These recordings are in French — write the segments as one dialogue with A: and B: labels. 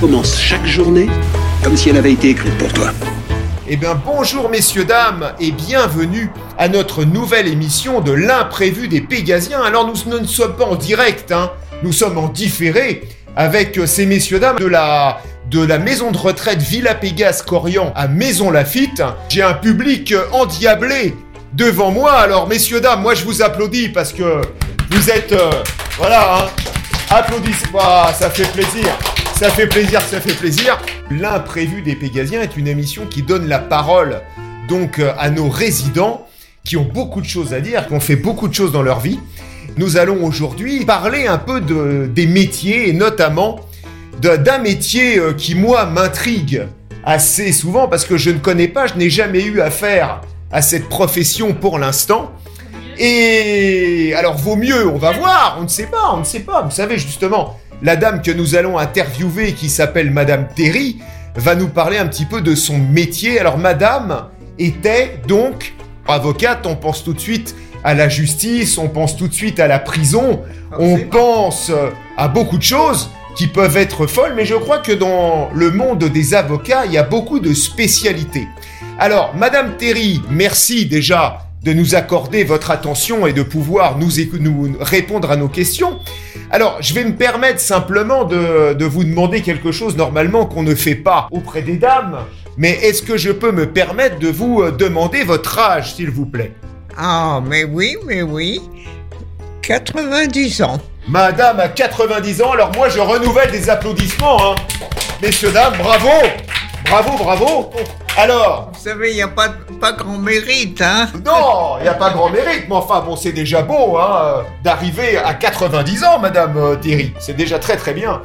A: commence chaque journée comme si elle avait été écrite pour toi.
B: Eh bien bonjour messieurs, dames et bienvenue à notre nouvelle émission de l'imprévu des Pégasiens. Alors nous, nous ne sommes pas en direct, hein. nous sommes en différé avec euh, ces messieurs, dames de la, de la maison de retraite Villa Pégase Corian à Maison Lafitte. J'ai un public euh, endiablé devant moi. Alors messieurs, dames, moi je vous applaudis parce que vous êtes... euh, voilà, hein. applaudissez-moi, ça fait plaisir. Ça fait plaisir, ça fait plaisir. L'imprévu des Pégasiens est une émission qui donne la parole donc euh, à nos résidents qui ont beaucoup de choses à dire, qui ont fait beaucoup de choses dans leur vie. Nous allons aujourd'hui parler un peu de- des métiers et notamment de- d'un métier euh, qui moi m'intrigue assez souvent parce que je ne connais pas, je n'ai jamais eu affaire à cette profession pour l'instant. Et alors vaut mieux, on va voir, on ne sait pas, on ne sait pas. Vous savez justement, la dame que nous allons interviewer qui s'appelle Madame Terry va nous parler un petit peu de son métier. Alors Madame était donc avocate, on pense tout de suite à la justice, on pense tout de suite à la prison, on pense euh, à beaucoup de choses qui peuvent être folles, mais je crois que dans le monde des avocats, il y a beaucoup de spécialités. Alors, Madame Terry, merci déjà de nous accorder votre attention et de pouvoir nous, écou- nous répondre à nos questions. Alors, je vais me permettre simplement de, de vous demander quelque chose normalement qu'on ne fait pas auprès des dames, mais est-ce que je peux me permettre de vous euh, demander votre âge, s'il vous plaît
C: Ah, mais oui, mais oui. 90 ans.
B: Madame a 90 ans, alors moi je renouvelle des applaudissements, hein. Messieurs, dames, bravo Bravo, bravo Alors,
C: Vous savez, il n'y a pas, pas grand mérite, hein
B: non, il n'y a pas grand mérite, mais enfin bon, c'est déjà beau, hein, euh, d'arriver à 90 ans, Madame euh, Thierry. C'est déjà très très bien.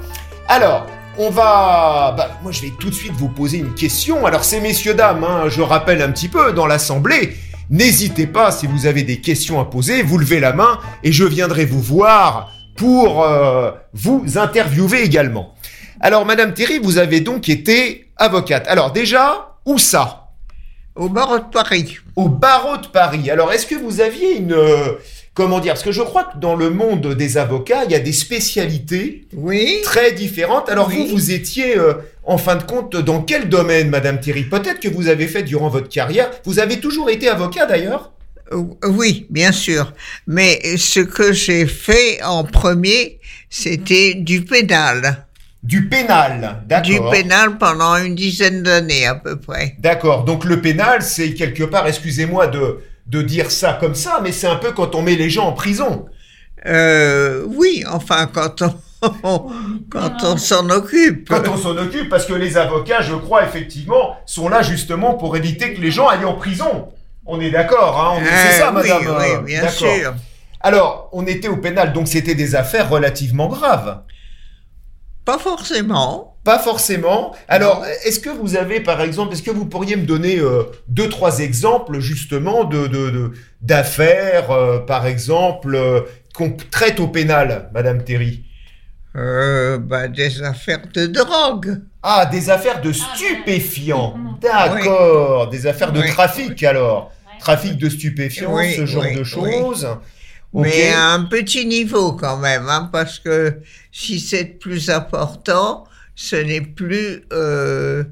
B: Alors, on va... Bah, moi je vais tout de suite vous poser une question. Alors ces messieurs, dames, hein, je rappelle un petit peu, dans l'Assemblée, n'hésitez pas, si vous avez des questions à poser, vous levez la main et je viendrai vous voir pour euh, vous interviewer également. Alors, Madame Thierry, vous avez donc été avocate. Alors déjà, où ça
C: Au bord de Paris.
B: au barreau de Paris. Alors, est-ce que vous aviez une... euh, comment dire Parce que je crois que dans le monde des avocats, il y a des spécialités
C: Oui
B: très différentes. Alors,
C: Oui.
B: vous, vous étiez, euh, en fin de compte, dans quel domaine, Madame Thierry Peut-être que vous avez fait durant votre carrière. Vous avez toujours été avocat, d'ailleurs
C: euh, Oui, bien sûr. Mais ce que j'ai fait en premier, c'était du pénal.
B: Du pénal,
C: Du
B: d'accord.
C: pénal pendant une dizaine d'années à peu près.
B: D'accord. Donc, le pénal, c'est quelque part, excusez-moi de, de dire ça comme ça, mais c'est un peu quand on met les gens en prison.
C: Euh, oui, enfin, quand on, quand on s'en occupe.
B: Quand on s'en occupe, parce que les avocats, je crois, effectivement, sont là justement pour éviter que les gens aillent en prison. On est d'accord, hein on-
C: Euh,
B: C'est ça, madame.
C: Oui,
B: euh,
C: oui, bien
B: d'accord.
C: sûr.
B: Alors, on était au pénal, donc c'était des affaires relativement graves.
C: Pas forcément.
B: Pas forcément. Alors, est-ce que vous avez, par exemple, est-ce que vous pourriez me donner euh, deux, trois exemples, justement, de, de, de- d'affaires, euh, par exemple, euh, qu'on traite au pénal, madame Terry
C: Euh, bah, des affaires de drogue.
B: Ah, des affaires de stupéfiants.
C: oui.
B: D'accord. Des affaires de
C: Oui.
B: trafic alors. Trafic de stupéfiants,
C: Oui,
B: ce genre
C: oui,
B: de
C: oui.
B: choses. Ok.
C: Mais euh, à un petit niveau quand même, hein, parce que si c'est plus important, ce n'est plus euh,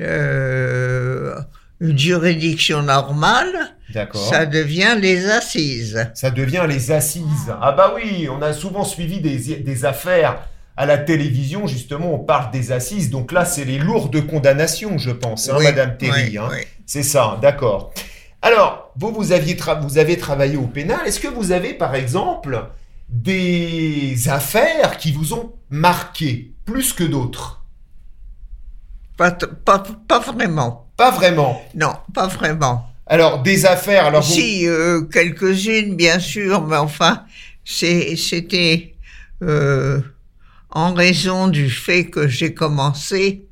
C: euh, une juridiction normale,
B: D'accord.
C: ça
B: Ça...
C: devient les assises.
B: devient les assises. Ah bah oui, on a souvent suivi des, des affaires à la télévision, justement, on parle des assises. Donc là, c'est les lourdes condamnations, je pense, hein,
C: Oui,
B: Madame Terry.
C: oui,
B: hein.
C: oui.
B: C'est ça, d'accord. Alors, vous, vous, aviez tra- vous avez travaillé au pénal. Est-ce que vous avez, par exemple, des affaires qui vous ont marqué plus que d'autres
C: Pas, t- pas, pas vraiment.
B: Pas vraiment.
C: Non, pas vraiment.
B: Alors, des affaires, alors vous-
C: Si, euh, quelques-unes, bien sûr, mais enfin, c'est- c'était euh, en raison du fait que j'ai commencé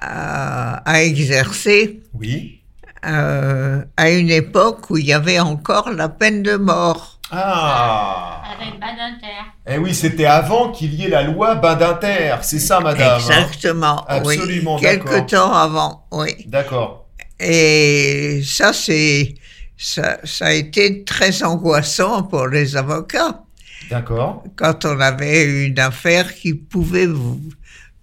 C: à, à exercer
B: Oui.
C: euh, à une époque où il y avait encore la peine de mort.
B: Ah
D: Avec Badinter.
B: Eh oui, c'était avant qu'il y ait la loi Badinter, c'est ça, madame hein.
C: Exactement,
B: Ah, bah, Absolument,
C: oui.
B: d'accord.
C: Quelque temps avant, oui.
B: D'accord.
C: Et ça, c'est, ça, ça a été très angoissant pour les avocats.
B: D'accord.
C: quand on avait une affaire qui pouvait vous,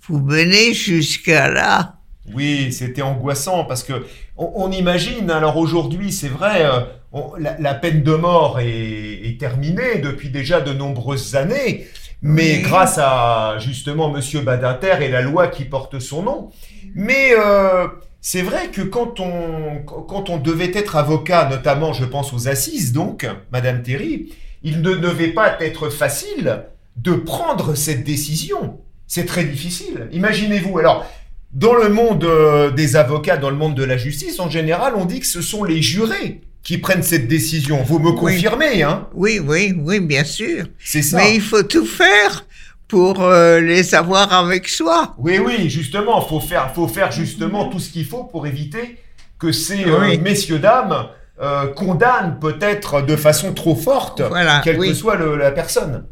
C: vous menez jusqu'à là.
B: Oui, c'était angoissant parce que on, on imagine. Alors aujourd'hui, c'est vrai, euh, on- la, la peine de mort est, est terminée depuis déjà de nombreuses années, mais
C: Oui.
B: grâce à justement Monsieur Badinter et la loi qui porte son nom. Mais euh, c'est vrai que quand on quand on devait être avocat, notamment, je pense aux assises, donc Madame Terry, il ne devait pas être facile de prendre cette décision. C'est très difficile. Imaginez-vous. Alors, dans le monde euh, des avocats, dans le monde de la justice, en général, on dit que ce sont les jurés qui prennent cette décision. Vous me confirmez, hein
C: Oui, oui, oui, bien sûr.
B: C'est ça.
C: Mais il faut tout faire pour euh, les avoir avec soi.
B: Oui, oui, justement, faut faire, faut faire justement tout ce qu'il faut pour éviter que ces euh,
C: Oui.
B: messieurs dames euh, condamnent peut-être de façon trop forte,
C: Voilà,
B: quelle que
C: oui.
B: soit le- la personne.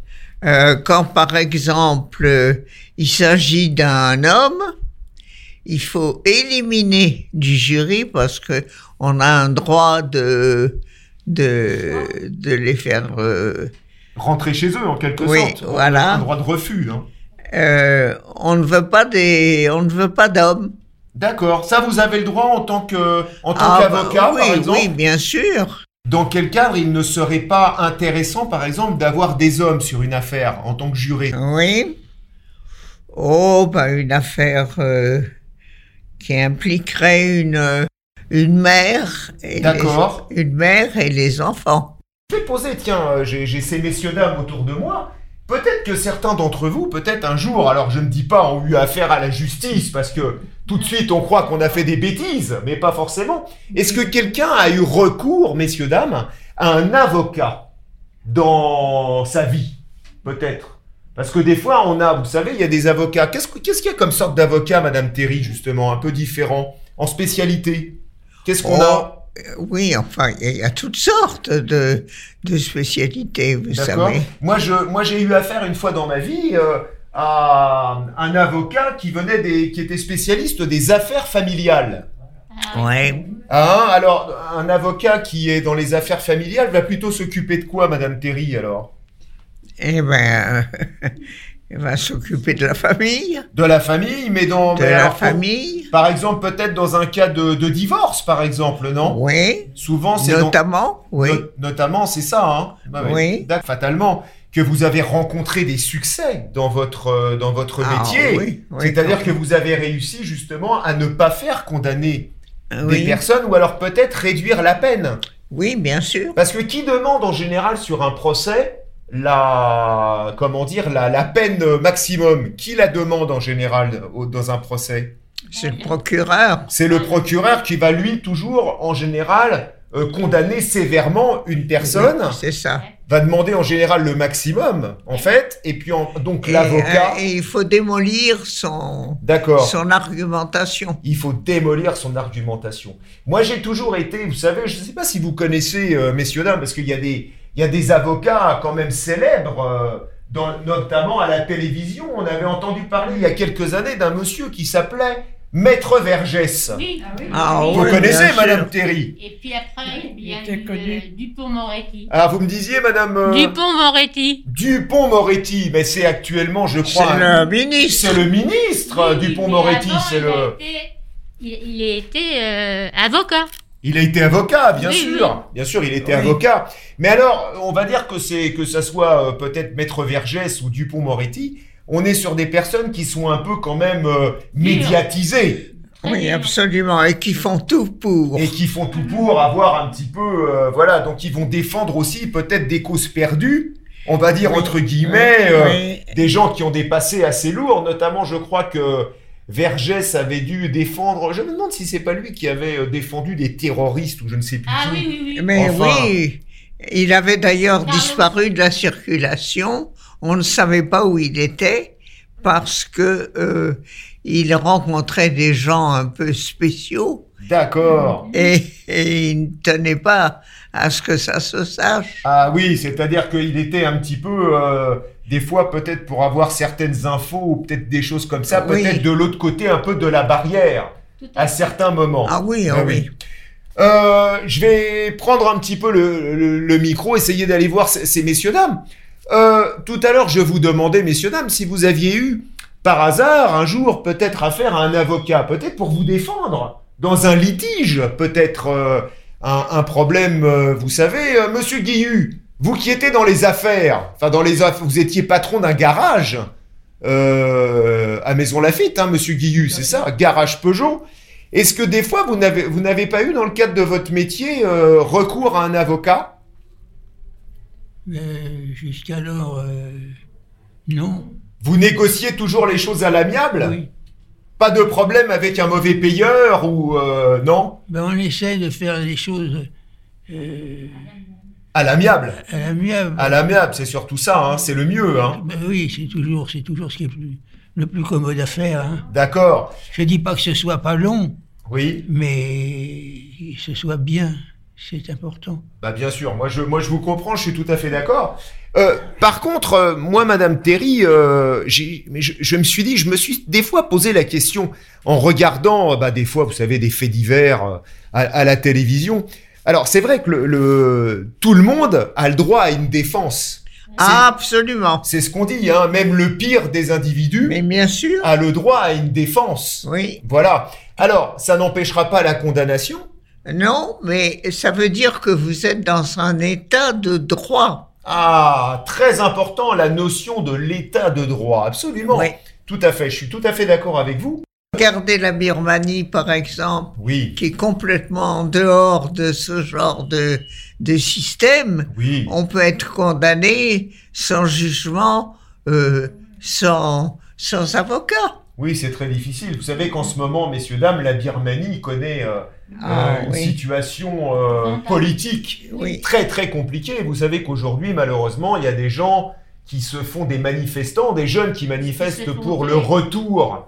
C: Euh, quand, par exemple, euh, il s'agit d'un homme, il faut éliminer du jury parce que on a un droit de de, de les faire. euh,
B: Rentrer chez eux en quelque
C: Oui,
B: sorte. hein.
C: voilà.
B: Un droit de refus. hein.
C: euh, on ne veut pas des, on ne veut pas d'hommes.
B: D'accord. Ça, vous avez le droit en tant que, en tant
C: Ah, bah,
B: qu'avocat, par
C: oui,
B: exemple.
C: oui, bien sûr.
B: Dans quel cadre il ne serait pas intéressant, par exemple, d'avoir des hommes sur une affaire en tant que juré
C: Oui. Oh, bah, une affaire euh, qui impliquerait une, euh, une mère. et les-
B: D'accord.
C: Une mère et les enfants.
B: Je vais poser, tiens, euh, j'ai j'ai ces messieurs-dames autour de moi. Peut-être que certains d'entre vous, peut-être un jour, alors je ne dis pas, ont eu affaire à la justice, parce que tout de suite on croit qu'on a fait des bêtises, mais pas forcément. Est-ce que quelqu'un a eu recours, messieurs-dames, à un avocat dans sa vie Peut-être. Parce que des fois, on a, vous savez, il y a des avocats. Qu'est-ce que- qu'est-ce qu'il y a comme sorte d'avocat, Madame Terry, justement, un peu différent, en spécialité Qu'est-ce qu'on
C: Oh,
B: a
C: euh, Oui, enfin, il y, a- il y a toutes sortes de, de spécialités, vous
B: D'accord.
C: savez.
B: Moi, je, moi, j'ai eu affaire une fois dans ma vie euh, à un avocat qui venait des, qui était spécialiste des affaires familiales.
C: Ouais.
B: Hein alors, un avocat qui est dans les affaires familiales va plutôt s'occuper de quoi, Madame Terry, alors
C: Eh ben, il va s'occuper de la famille,
B: De la famille, mais dans
C: de
B: mais
C: la
B: alors, pour-
C: famille.
B: Par exemple, peut-être dans un cas de, de divorce, par exemple, non
C: Oui.
B: Souvent, c'est dans-
C: Notamment, oui.
B: Not- notamment, c'est ça, hein Bah
C: Oui.
B: D'accord. Fatalement, que vous avez rencontré des succès dans votre, euh, dans votre
C: Ah,
B: métier.
C: oui, oui,
B: C'est-à-dire
C: oui.
B: que vous avez réussi justement à ne pas faire condamner des
C: oui.
B: personnes ou alors peut-être réduire la peine.
C: oui, bien sûr.
B: Parce que qui demande en général sur un procès la, comment dire, la, la peine maximum Qui la demande en général au- dans un procès
C: C'est le procureur.
B: c'est le procureur qui va lui toujours en général euh, condamner sévèrement une personne,
C: Oui, C'est ça.
B: va demander en général le maximum en fait, et puis en- donc
C: Et,
B: l'avocat,
C: euh, Et, il faut démolir son,
B: d'accord,
C: son argumentation.
B: il faut démolir son argumentation. Moi j'ai toujours été, vous savez, je ne sais pas si vous connaissez euh, messieurs dames, parce qu'il y a des il y a des avocats quand même célèbres. euh, dans- notamment à la télévision, on avait entendu parler il y a quelques années d'un monsieur qui s'appelait Maître Vergès.
D: Oui. Ah, oui.
C: Ah,
D: oui.
B: Vous
C: oui. bien
B: connaissez
C: sûr.
B: Madame Terry
D: Et puis après, il y a
E: Bien
D: eu,
E: connu.
D: euh, Dupont-Moretti.
B: Ah, vous me disiez Madame euh,
D: Dupont-Moretti.
B: Dupont-Moretti, mais c'est actuellement, je
C: C'est
B: crois, un-
C: le ministre.
B: c'est le ministre
D: Oui,
B: Dupont-Moretti.
D: mais avant,
B: C'est
D: il a
B: le,
D: été- Il, il a été euh, avocat.
B: il a été avocat, bien
D: Oui,
B: sûr, bien sûr, il était
C: Oui.
B: avocat. Mais alors, on va dire que c'est que ça soit euh, peut-être Maître Vergès ou Dupont-Moretti, on est sur des personnes qui sont un peu quand même euh, médiatisées
D: Très
C: Oui,
D: bien.
C: absolument. Et qui font tout pour.
B: et qui font tout pour avoir un petit peu, euh, voilà, donc ils vont défendre aussi peut-être des causes perdues, on va dire
C: Oui.
B: entre guillemets. euh,
C: Oui.
B: des gens qui ont des passés assez lourds, notamment je crois que Vergès avait dû défendre, je me demande si c'est pas lui qui avait euh, défendu des terroristes ou je ne sais plus
D: Ah
B: qui.
D: oui, oui, oui.
C: Mais
B: Enfin.
C: oui, il avait d'ailleurs
D: Pardon.
C: disparu de la circulation. On ne savait pas où il était parce que euh, il rencontrait des gens un peu spéciaux
B: D'accord.
C: et, et il ne tenait pas à ce que ça se sache.
B: Ah oui, c'est-à-dire qu'il était un petit peu, euh, des fois peut-être pour avoir certaines infos ou peut-être des choses comme ça,
C: Ah Oui.
B: peut-être de l'autre côté un peu de la barrière
D: Tout à
B: à certains moments.
C: Ah oui, ah
B: Ah
C: oui.
B: oui. Euh, je vais prendre un petit peu le, le- le micro, essayer d'aller voir ces, ces messieurs dames. Euh, tout à l'heure, je vous demandais, messieurs dames, si vous aviez eu par hasard, un jour, peut-être affaire à un avocat, peut-être pour vous défendre dans un litige, peut-être euh, un, un problème, euh, vous savez, euh, monsieur Guillu, vous qui étiez dans les affaires, enfin dans les affaires, vous étiez patron d'un garage euh, à Maison Lafitte, hein, monsieur Guillu, c'est ça, garage Peugeot. Est-ce que des fois, vous n'avez, vous n'avez pas eu, dans le cadre de votre métier, euh, recours à un avocat
E: Mais jusqu'alors, euh, non.
B: Vous négociez toujours les choses à l'amiable
E: Oui.
B: Pas de problème avec un mauvais payeur ou... euh, non
E: Ben, on essaie de faire les choses euh,
B: À l'amiable
E: à l'amiable.
B: À l'amiable, c'est surtout ça, hein, c'est le mieux. Hein.
E: Ben oui, c'est toujours, c'est toujours ce qui est plus- le plus commode à faire. hein.
B: D'accord.
E: Je dis pas que ce soit pas long,
B: Oui,
E: mais que ce soit bien, c'est important.
B: bah bien sûr. Moi je, moi, je vous comprends, je suis tout à fait d'accord. Euh, par contre, euh, moi, Madame Terry, euh, j'ai- mais je, je me suis dit, je me suis des fois posé la question en regardant, euh, bah, des fois, vous savez, des faits divers euh, à, à la télévision. Alors, c'est vrai que le, le- tout le monde a le droit à une défense.
C: Ah Absolument.
B: C'est ce qu'on dit, hein. Même le pire des individus
C: Mais bien sûr,
B: a le droit à une défense.
C: oui.
B: Voilà. Alors, ça n'empêchera pas la condamnation.
C: Non, mais ça veut dire que vous êtes dans un état de droit.
B: Ah, très important la notion de l'état de droit, absolument.
C: Oui.
B: Tout à fait, je suis tout à fait d'accord avec vous.
C: Regardez la Birmanie, par exemple,
B: Oui,
C: qui est complètement en dehors de ce genre de, de système.
B: oui,
C: On peut être condamné sans jugement, euh, sans, sans avocat.
B: oui, c'est très difficile. Vous savez qu'en ce moment, messieurs, dames, la Birmanie connaît euh,
C: Ah,
B: euh, une
C: oui.
B: situation
D: Ah,
B: euh, politique
C: Oui.
B: très très compliquée. Vous savez qu'aujourd'hui, malheureusement, il y a des gens qui se font des manifestants, des jeunes qui manifestent
D: font
B: pour
D: voter.
B: le retour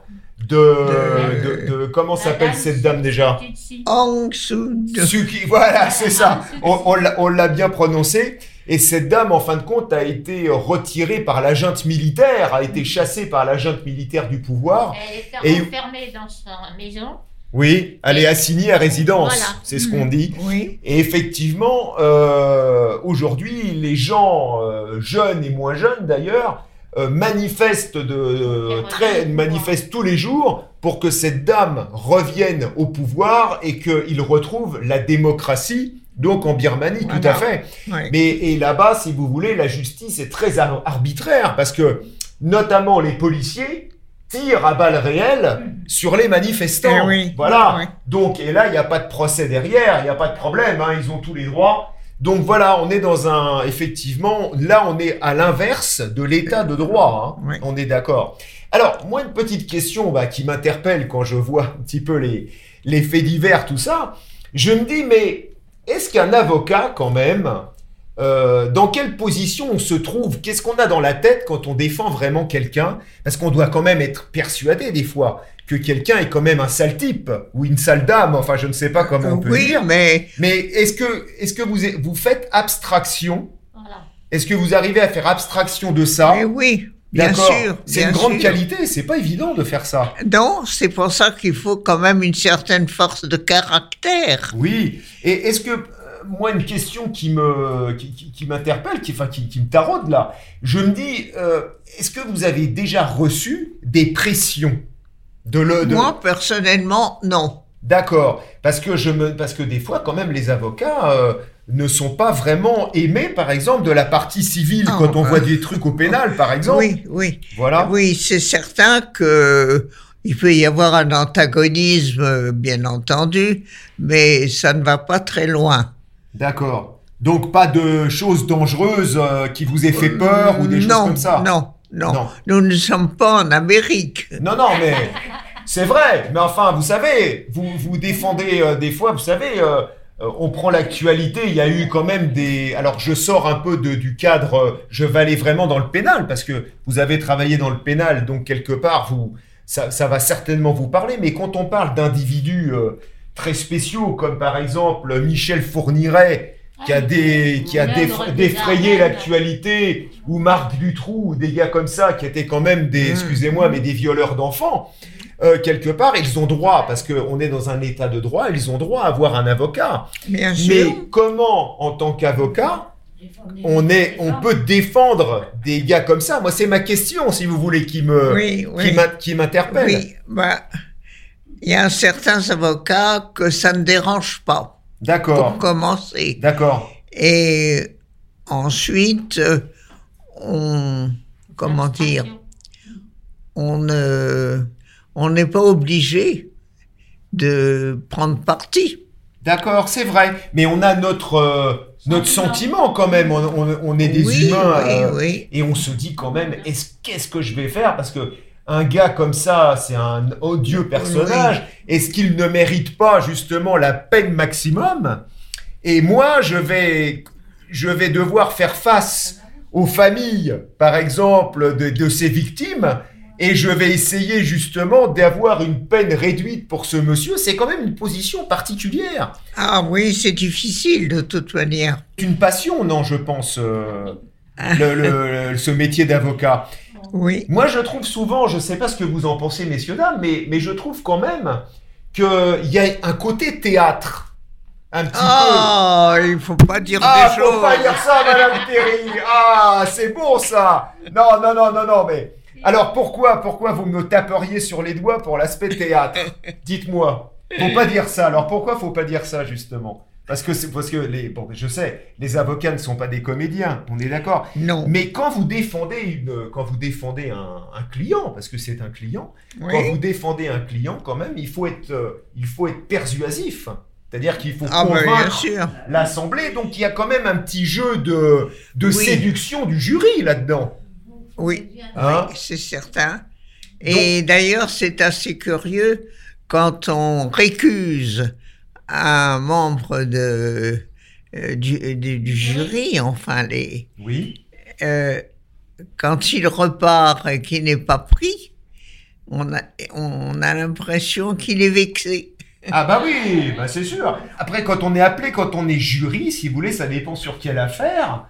B: de,
C: De-
B: de- de- comment
D: La
B: s'appelle
D: dame
B: cette dame déjà Ah.
D: Tutsi.
C: Aung San Suu
B: Suki, voilà, c'est ça.
D: Ah,
B: On, on l'a- on l'a bien prononcé. Et cette dame, en fin de compte, a été retirée par la junte militaire, a été chassée par la junte militaire du pouvoir.
D: Elle est
B: Et-
D: enfermée dans sa maison.
B: Oui, elle est assignée à résidence,
D: Voilà. Mm-hmm.
B: c'est ce qu'on dit.
C: Oui.
B: Et effectivement, euh, aujourd'hui, les gens euh, jeunes et moins jeunes d'ailleurs euh, manifestent de
D: Et
B: euh,
D: reviennent au
B: très
D: pouvoir.
B: manifestent tous les jours pour que cette dame revienne au pouvoir et qu'il retrouve la démocratie. Donc en Birmanie, tout à
C: Voilà.
B: fait.
C: oui.
B: Mais et là-bas, si vous voulez, la justice est très ar- arbitraire parce que notamment les policiers tirent à balles réelles sur les manifestants.
C: Eh oui.
B: Voilà.
C: Oui.
B: Donc et là, il n'y a pas de procès derrière, il n'y a pas de problème. hein, ils ont tous les droits. Donc voilà, on est dans un effectivement là, on est à l'inverse de l'état de droit. hein.
C: Oui.
B: On est d'accord. Alors moi, une petite question bah, qui m'interpelle quand je vois un petit peu les les faits divers, tout ça. Je me dis mais est-ce qu'un avocat, quand même, euh, dans quelle position on se trouve Qu'est-ce qu'on a dans la tête quand on défend vraiment quelqu'un Parce qu'on doit quand même être persuadé des fois que quelqu'un est quand même un sale type ou une sale dame. Enfin, je ne sais pas comment on peut
C: oui,
B: dire.
C: mais
B: Mais est-ce que, est-ce que vous, vous faites abstraction
D: Voilà.
B: Est-ce que vous arrivez à faire abstraction de ça
C: mais oui, bien
B: Ah. D'accord.
C: sûr.
B: C'est
C: bien
B: une grande
C: sûr.
B: qualité. C'est pas évident de faire ça.
C: Non, c'est pour ça qu'il faut quand même une certaine force de caractère.
B: Oui. Et est-ce que euh, moi une question qui me qui, qui- qui m'interpelle, qui enfin qui, qui me taraude là, je me dis euh, est-ce que vous avez déjà reçu des pressions de le de-
C: Moi, personnellement, non.
B: D'accord. Parce que je me parce que des fois quand même les avocats euh, ne sont pas vraiment aimés, par exemple, de la partie civile
C: Ah,
B: quand on
C: bah.
B: voit des trucs au pénal, par exemple.
C: Oui, oui.
B: Voilà.
C: Oui, c'est certain que euh, il peut y avoir un antagonisme, euh, bien entendu, mais ça ne va pas très loin.
B: D'accord. Donc pas de choses dangereuses euh, qui vous aient fait peur ou des
C: non,
B: choses comme ça.
C: Non, non,
B: Non.
C: Nous ne sommes pas en Amérique.
B: Non, non, mais c'est vrai. Mais enfin, vous savez, vous, vous défendez euh, des fois, vous savez, euh, euh, on prend l'actualité. Il y a eu quand même des. Alors, je sors un peu de- du cadre. euh, je vais aller vraiment dans le pénal parce que vous avez travaillé dans le pénal, donc quelque part, vous, ça, ça va certainement vous parler. Mais quand on parle d'individus euh, très spéciaux, comme par exemple Michel Fourniret, qui a, des, qui a défra-
D: L'œuvre des
B: défrayé
D: arènes.
B: l'actualité, ou Marc Dutroux, ou des gars comme ça, qui étaient quand même des,
C: Mm.
B: excusez-moi, mais des violeurs d'enfants, euh, quelque part, ils ont droit, parce qu'on est dans un état de droit, ils ont droit à avoir un avocat.
C: Bien
B: Mais
C: sûr.
B: comment, en tant qu'avocat, on, est, on peut défendre des gars comme ça. Moi, c'est ma question, si vous voulez, qui me
C: Oui, oui.
B: euh, qui m'in- qui m'interpelle.
C: Oui, bah, il y a certains avocats que ça ne dérange pas,
B: D'accord.
C: pour commencer.
B: D'accord.
C: Et ensuite, euh, on. Comment dire On ne- on n'est pas obligé de prendre parti.
B: D'accord, c'est vrai. Mais on a notre, euh, notre sentiment quand même. On, on- on est des
C: oui,
B: humains.
C: oui,
B: euh,
C: oui.
B: Et on se dit quand même, est-ce- qu'est-ce que je vais faire Parce que un gars comme ça, c'est un odieux personnage. Est-ce qu'il ne mérite pas justement la peine maximum Et moi, je vais, je vais devoir faire face aux familles, par exemple, de, de ces victimes. Et je vais essayer justement d'avoir une peine réduite pour ce monsieur. C'est quand même une position particulière.
C: Ah oui, c'est difficile de toute manière.
B: C'est une passion, non, je pense, euh, le- le- le- ce métier d'avocat.
C: Oui,
B: Moi, je trouve souvent, je ne sais pas ce que vous en pensez, messieurs, dames, mais, mais je trouve quand même qu'il y a un côté théâtre. Un petit peu.
C: Ah, il faut pas dire
B: Ah,
C: des
B: faut
C: choses.
B: pas dire ça, Madame Terry. Ah, c'est bon ça. Non, non, non, non, non, mais. Alors pourquoi, pourquoi vous me taperiez sur les doigts pour l'aspect théâtre Dites-moi. Faut pas dire ça. Alors pourquoi faut pas dire ça justement Parce que c'est parce que les, bon, je sais, les avocats ne sont pas des comédiens. On est d'accord.
C: Non.
B: Mais quand vous défendez une, quand vous défendez un, un client, parce que c'est un client, quand
C: Oui.
B: vous défendez un client, quand même, il faut être, euh, il faut être persuasif. C'est-à-dire qu'il faut
C: Ah, bah, bien
B: convaincre
C: sûr.
B: l'assemblée. Donc il y a quand même un petit jeu de, de
C: Oui.
B: séduction du jury là-dedans.
C: Oui.
B: Hein
C: Oui, c'est certain. Et d'ailleurs, c'est assez curieux quand on récuse un membre de, euh, du, du- du jury, enfin, les,
B: Oui.
C: euh, quand il repart et qu'il n'est pas pris, on a, on a l'impression qu'il est vexé.
B: Ah bah oui, bah c'est sûr. Après, quand on est appelé, quand on est jury, si vous voulez, ça dépend sur quelle affaire.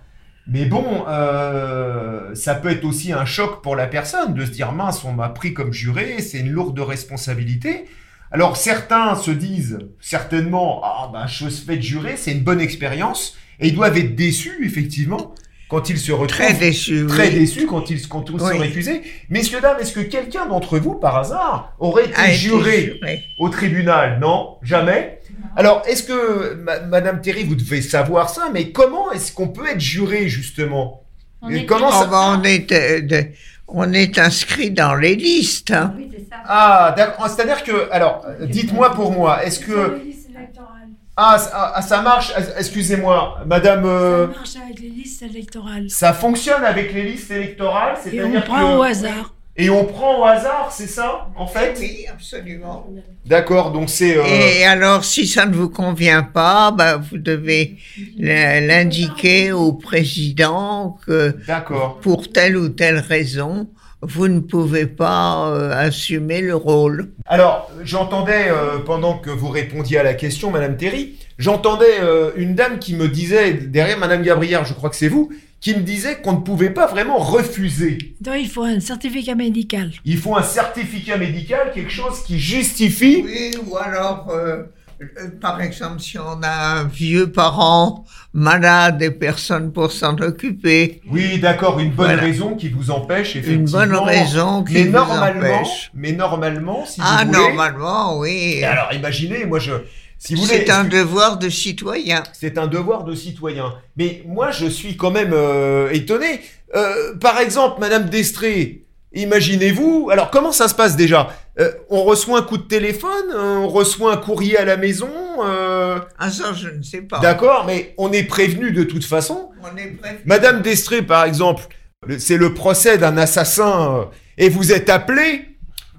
B: Mais bon, euh, ça peut être aussi un choc pour la personne de se dire mince, on m'a pris comme juré, c'est une lourde responsabilité. Alors certains se disent certainement ah bah je se fais jurer, c'est une bonne expérience et ils doivent être déçus effectivement quand ils se retrouvent
C: Très déçu.
B: très
C: oui.
B: déçus quand ils, quand ils sont
C: Oui.
B: récusés. Messieurs dames, est-ce que quelqu'un d'entre vous par hasard aurait été
C: A été
B: juré
C: juré.
B: au tribunal, non Jamais Alors, est-ce que, ma- Madame Terry, vous devez savoir ça, mais comment est-ce qu'on peut être juré, justement Et comment
C: Oh,
B: ça-
D: Ah.
C: bah, on, est, euh, de- on est inscrit dans les listes. hein.
F: Oui, c'est ça.
B: Ah, d'accord. C'est-à-dire que, alors, euh, dites-moi pour moi, est-ce que...
F: Les listes électorales.
B: Ah, ça- ah, ça marche Ah, Excusez-moi, Madame... euh,
F: Ça marche avec les listes électorales.
B: ça fonctionne avec les listes électorales,
F: Et on
B: c'est-à-dire
F: prend au
B: que...
F: hasard.
B: Et on prend au hasard, c'est ça, en fait
C: Oui, absolument.
B: D'accord, donc c'est... euh,
C: Et alors, si ça ne vous convient pas, bah, vous devez la- l'indiquer au président que
B: D'accord.
C: pour telle ou telle raison, vous ne pouvez pas euh, assumer le rôle.
B: Alors, j'entendais, euh, pendant que vous répondiez à la question, Madame Terry, j'entendais euh, une dame qui me disait, derrière Madame Gabrière, je crois que c'est vous, qui me disait qu'on ne pouvait pas vraiment refuser.
F: Donc, il faut un certificat médical.
B: Il faut un certificat médical, quelque chose qui justifie.
C: Oui, ou alors, euh, par exemple, si on a un vieux parent malade et personne pour s'en occuper,
B: Oui, d'accord, une bonne
C: Voilà.
B: raison qui vous empêche,
C: une
B: effectivement.
C: bonne raison qui
B: mais
C: vous
B: normalement,
C: empêche.
B: mais normalement, si
C: Ah,
B: vous voulez.
C: normalement, oui.
B: Et Alors, imaginez, moi, je, si vous voulez,
C: C'est un
B: excuse-
C: devoir de citoyen.
B: C'est un devoir de citoyen. Mais moi, je suis quand même euh, étonné. Euh, par exemple, Madame Destré, imaginez-vous. Alors, comment ça se passe déjà Euh, On reçoit un coup de téléphone, euh, on reçoit un courrier à la maison. euh,
C: Ah, ça, je ne sais pas.
B: D'accord, mais on est prévenu de toute façon.
C: On est prêt.
B: Madame Destré, par exemple, le- c'est le procès d'un assassin euh, et vous êtes appelé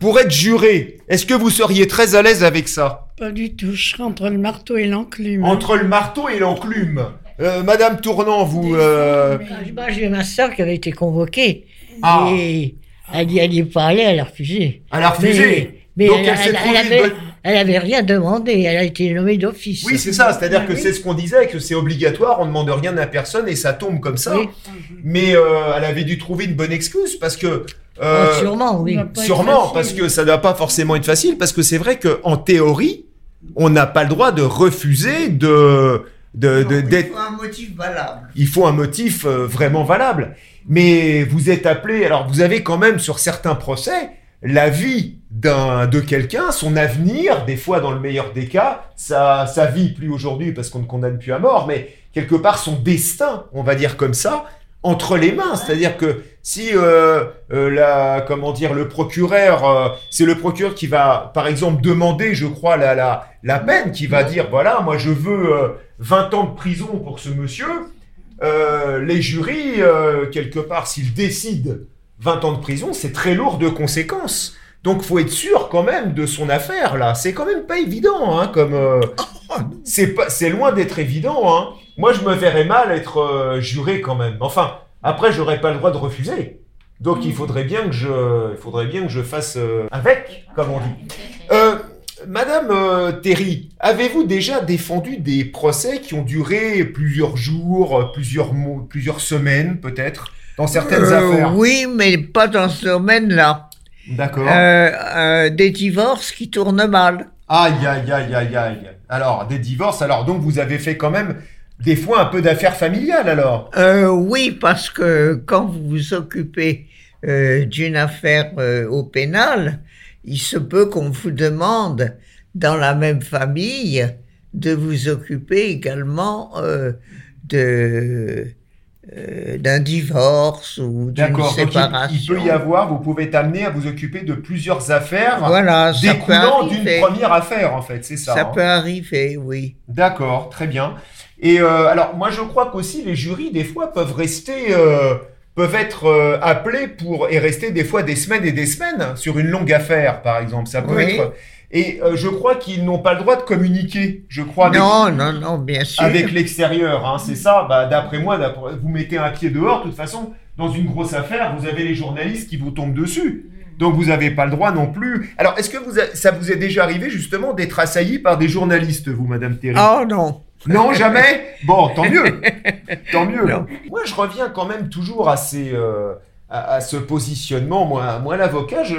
B: pour être juré. Est-ce que vous seriez très à l'aise avec ça
G: Pas du tout, je serai entre le marteau et
F: Mmh.
G: l'enclume.
B: Entre le marteau et l'enclume. Euh, Madame Tournant, vous... euh,
G: Ah, Moi, j'ai ma soeur qui avait été convoquée.
B: Ah.
G: Et elle n'y elle y est pas allée, elle a refusé.
B: Elle a refusé.
G: Mais, mais
B: Donc
G: elle,
B: elle s'est
G: elle-
B: trouvée
G: elle
B: une
G: avait,
B: bonne-
G: elle avait rien demandé, elle a été nommée d'office.
B: Oui, c'est ça. C'est-à-dire que c'est ce qu'on disait, que c'est obligatoire, on ne demande rien à personne et ça tombe comme ça.
G: Oui.
B: Mais euh, elle avait dû trouver une bonne excuse parce que. euh,
G: Oh, sûrement, oui.
E: Bah, pas
B: sûrement,
E: facile.
B: parce que ça ne doit pas forcément être facile, parce que c'est vrai qu'en théorie, on n'a pas le droit de refuser de de, Euh, de-
C: Donc,
B: d'être
C: il faut un motif valable.
B: il faut un motif euh, vraiment valable. Mais vous êtes appelé, alors vous avez quand même sur certains procès la vie d'un de quelqu'un, son avenir, des fois dans le meilleur des cas, sa, sa vie plus aujourd'hui parce qu'on ne condamne plus à mort, mais quelque part son destin, on va dire comme ça, entre les mains. C'est-à-dire que si euh, euh, la, comment dire, le procureur, euh, c'est le procureur qui va, par exemple, demander, je crois, la, la, la peine, qui va dire, voilà, moi je veux euh, 20 ans de prison pour ce monsieur, euh, les jurys, euh, quelque part, s'ils décident 20 ans de prison, c'est très lourd de conséquences. Donc faut être sûr quand même de son affaire là. C'est quand même pas évident, hein, comme euh, c'est pas, c'est loin d'être évident. Hein. Moi, je me verrais mal être euh, juré quand même. Enfin, après, j'aurais pas le droit de refuser. Donc il faudrait bien que je, il faudrait bien que je fasse euh, avec, comme on dit. Euh, Madame euh, Terry, avez-vous déjà défendu des procès qui ont duré plusieurs jours, euh, plusieurs mois, plusieurs semaines peut-être, dans certaines
C: Euh,
B: affaires
C: Oui, mais pas dans ce domaine-là.
B: D'accord.
C: Euh, euh, des divorces qui tournent mal.
B: Aïe, aïe, aïe, aïe, aïe. Alors, des divorces, alors donc vous avez fait quand même des fois un peu d'affaires familiales alors
C: Euh, oui, parce que quand vous vous occupez euh, d'une affaire euh, au pénal, il se peut qu'on vous demande, dans la même famille, de vous occuper également euh, de euh, d'un divorce ou d'une
B: D'accord, donc il,
C: séparation.
B: il peut y avoir, vous pouvez t'amener à vous occuper de plusieurs affaires
C: voilà, ça peut
B: découlant d'une
C: arriver.
B: première affaire en fait, c'est ça
C: Ça
B: hein.
C: peut arriver, oui.
B: D'accord, très bien. Et euh, alors, moi, je crois qu'aussi les jurys, des fois, peuvent rester, euh, peuvent être euh, appelés pour et rester des fois des semaines et des semaines sur une longue affaire, par exemple. Ça peut
C: Oui.
B: être. Et euh, je crois qu'ils n'ont pas le droit de communiquer. Je crois. avec-
C: non, non, non, bien sûr.
B: Avec l'extérieur, hein, c'est ça. Bah, d'après moi, d'après- vous mettez un pied dehors. De toute façon, dans une grosse affaire, vous avez les journalistes qui vous tombent dessus. Donc vous n'avez pas le droit non plus. Alors, est-ce que vous a- ça vous est déjà arrivé justement d'être assailli par des journalistes, vous, Madame Terry
C: Oh non.
B: non, jamais Bon, tant mieux Tant mieux
C: Non.
B: Moi, je reviens quand même toujours à, ces, euh, à, à ce positionnement. Moi, moi l'avocat, je,